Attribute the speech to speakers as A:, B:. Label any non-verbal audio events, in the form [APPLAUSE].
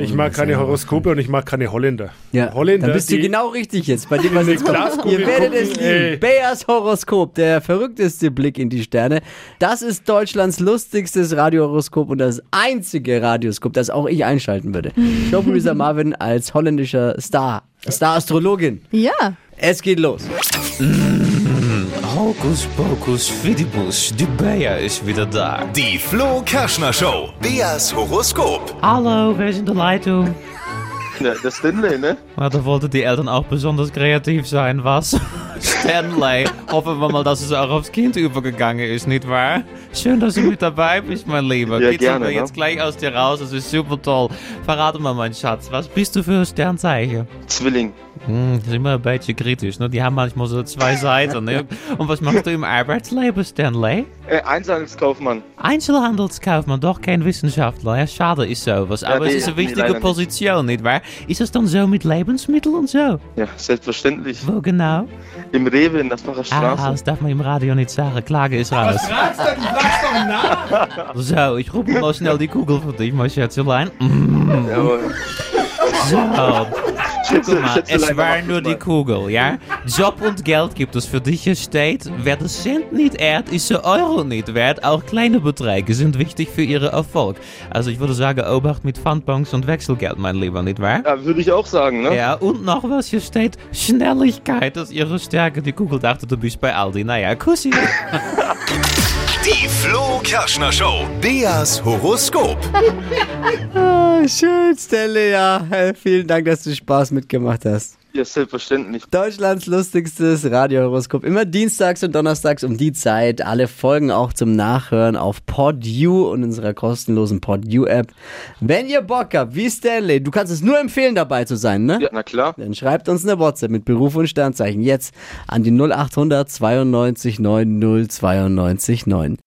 A: ich mag keine Horoskope und ich mag keine Holländer.
B: Ja,
A: Holländer,
B: dann bist du
A: die-
B: genau richtig jetzt bei dem,
A: [LAUGHS]
B: was
A: Eine
B: jetzt kommt.
A: Glaskugel
B: Ihr werdet es
A: gucken, ey.
B: lieben. Bayers Horoskop, der verrückteste Blick in die Sterne. Das ist Deutschlands lustigstes Radiohoroskop und das einzige Radioskop, das auch ich einschalten [LAUGHS] würde. Showproducer Marvin als holländischer Star, Star-Astrologin.
C: Ja.
B: Es geht los.
D: Hokus pokus fidibus, die Beja is wieder da.
E: Die Flo Kerschner Show. Beas Horoskop.
F: Hallo, wer is in de Leitung?
G: Ja, der Stanley, ne?
F: Maar dan wollten die Eltern auch besonders kreativ sein, was? Stanley, hoffen wir mal, dass es auch aufs Kind übergegangen ist, nicht wahr? Schön, dass du mit dabei bist, mein Lieber.
G: Ja,
F: Kitzeln
G: gerne,
F: wir
G: ne?
F: jetzt gleich aus dir raus, das ist super toll. Verrate mal, mein Schatz, was bist du für ein Sternzeichen?
G: Zwilling.
F: Hm, das ist immer ein bisschen kritisch, ne? Die haben manchmal so zwei Seiten,
G: [LAUGHS]
F: ne? Und was machst du im Arbeitsleben, Stanley?
G: Äh, Einzelhandelskaufmann.
F: Einzelhandelskaufmann, doch kein Wissenschaftler. Ja, schade ist sowas.
G: Ja,
F: Aber
G: nee,
F: es ist eine
G: nee,
F: wichtige
G: leider nicht.
F: Position, nicht wahr? Ist das dann so mit Lebensmitteln und so?
G: Ja, selbstverständlich.
F: Wo genau?
G: Im Rewe in der Facher
F: Ah,
G: Straße.
F: das darf man im Radio nicht sagen. Klage ist raus. Was fragst du? Du fragst doch nach! So, ich rufe mal schnell die Kugel für dich, mein [LAUGHS] Schätzelein.
G: Jawohl.
F: So, guck mal, es
G: Schätzelein,
F: war
G: mach
F: nur
G: das
F: die
G: mal.
F: Kugel, ja? Job und Geld gibt es für dich hier steht. Wer de Cent nicht ehrt, ist der Euro nicht wert. Auch kleine Beträge sind wichtig für ihren Erfolg. Also ich würde sagen, Obacht mit Pfandbons und Wechselgeld, mein Lieber, nicht wahr?
G: Ja, würde ich auch sagen, ne?
F: Ja, und noch was hier steht, Schnelligkeit ist ihre Stärke. Die Kugel dachte, du bist bei Aldi. Nou Naja, Kussi.
E: Die Flo Kerschner Show. Beas Horoskop.
B: Ah, schön, Stelle, ja. Äh, Vielen Dank, dass du Spaß mitgemacht hast.
G: Ja, selbstverständlich.
B: Deutschlands lustigstes Radiohoroskop. Immer dienstags und donnerstags um die Zeit. Alle Folgen auch zum Nachhören auf PodU und unserer kostenlosen PodU-App. Wenn ihr Bock habt, wie Stanley, du kannst es nur empfehlen, dabei zu sein, ne?
G: Ja, na klar.
B: Dann schreibt uns eine WhatsApp mit Beruf und Sternzeichen jetzt an die 0800 92 90 92 9.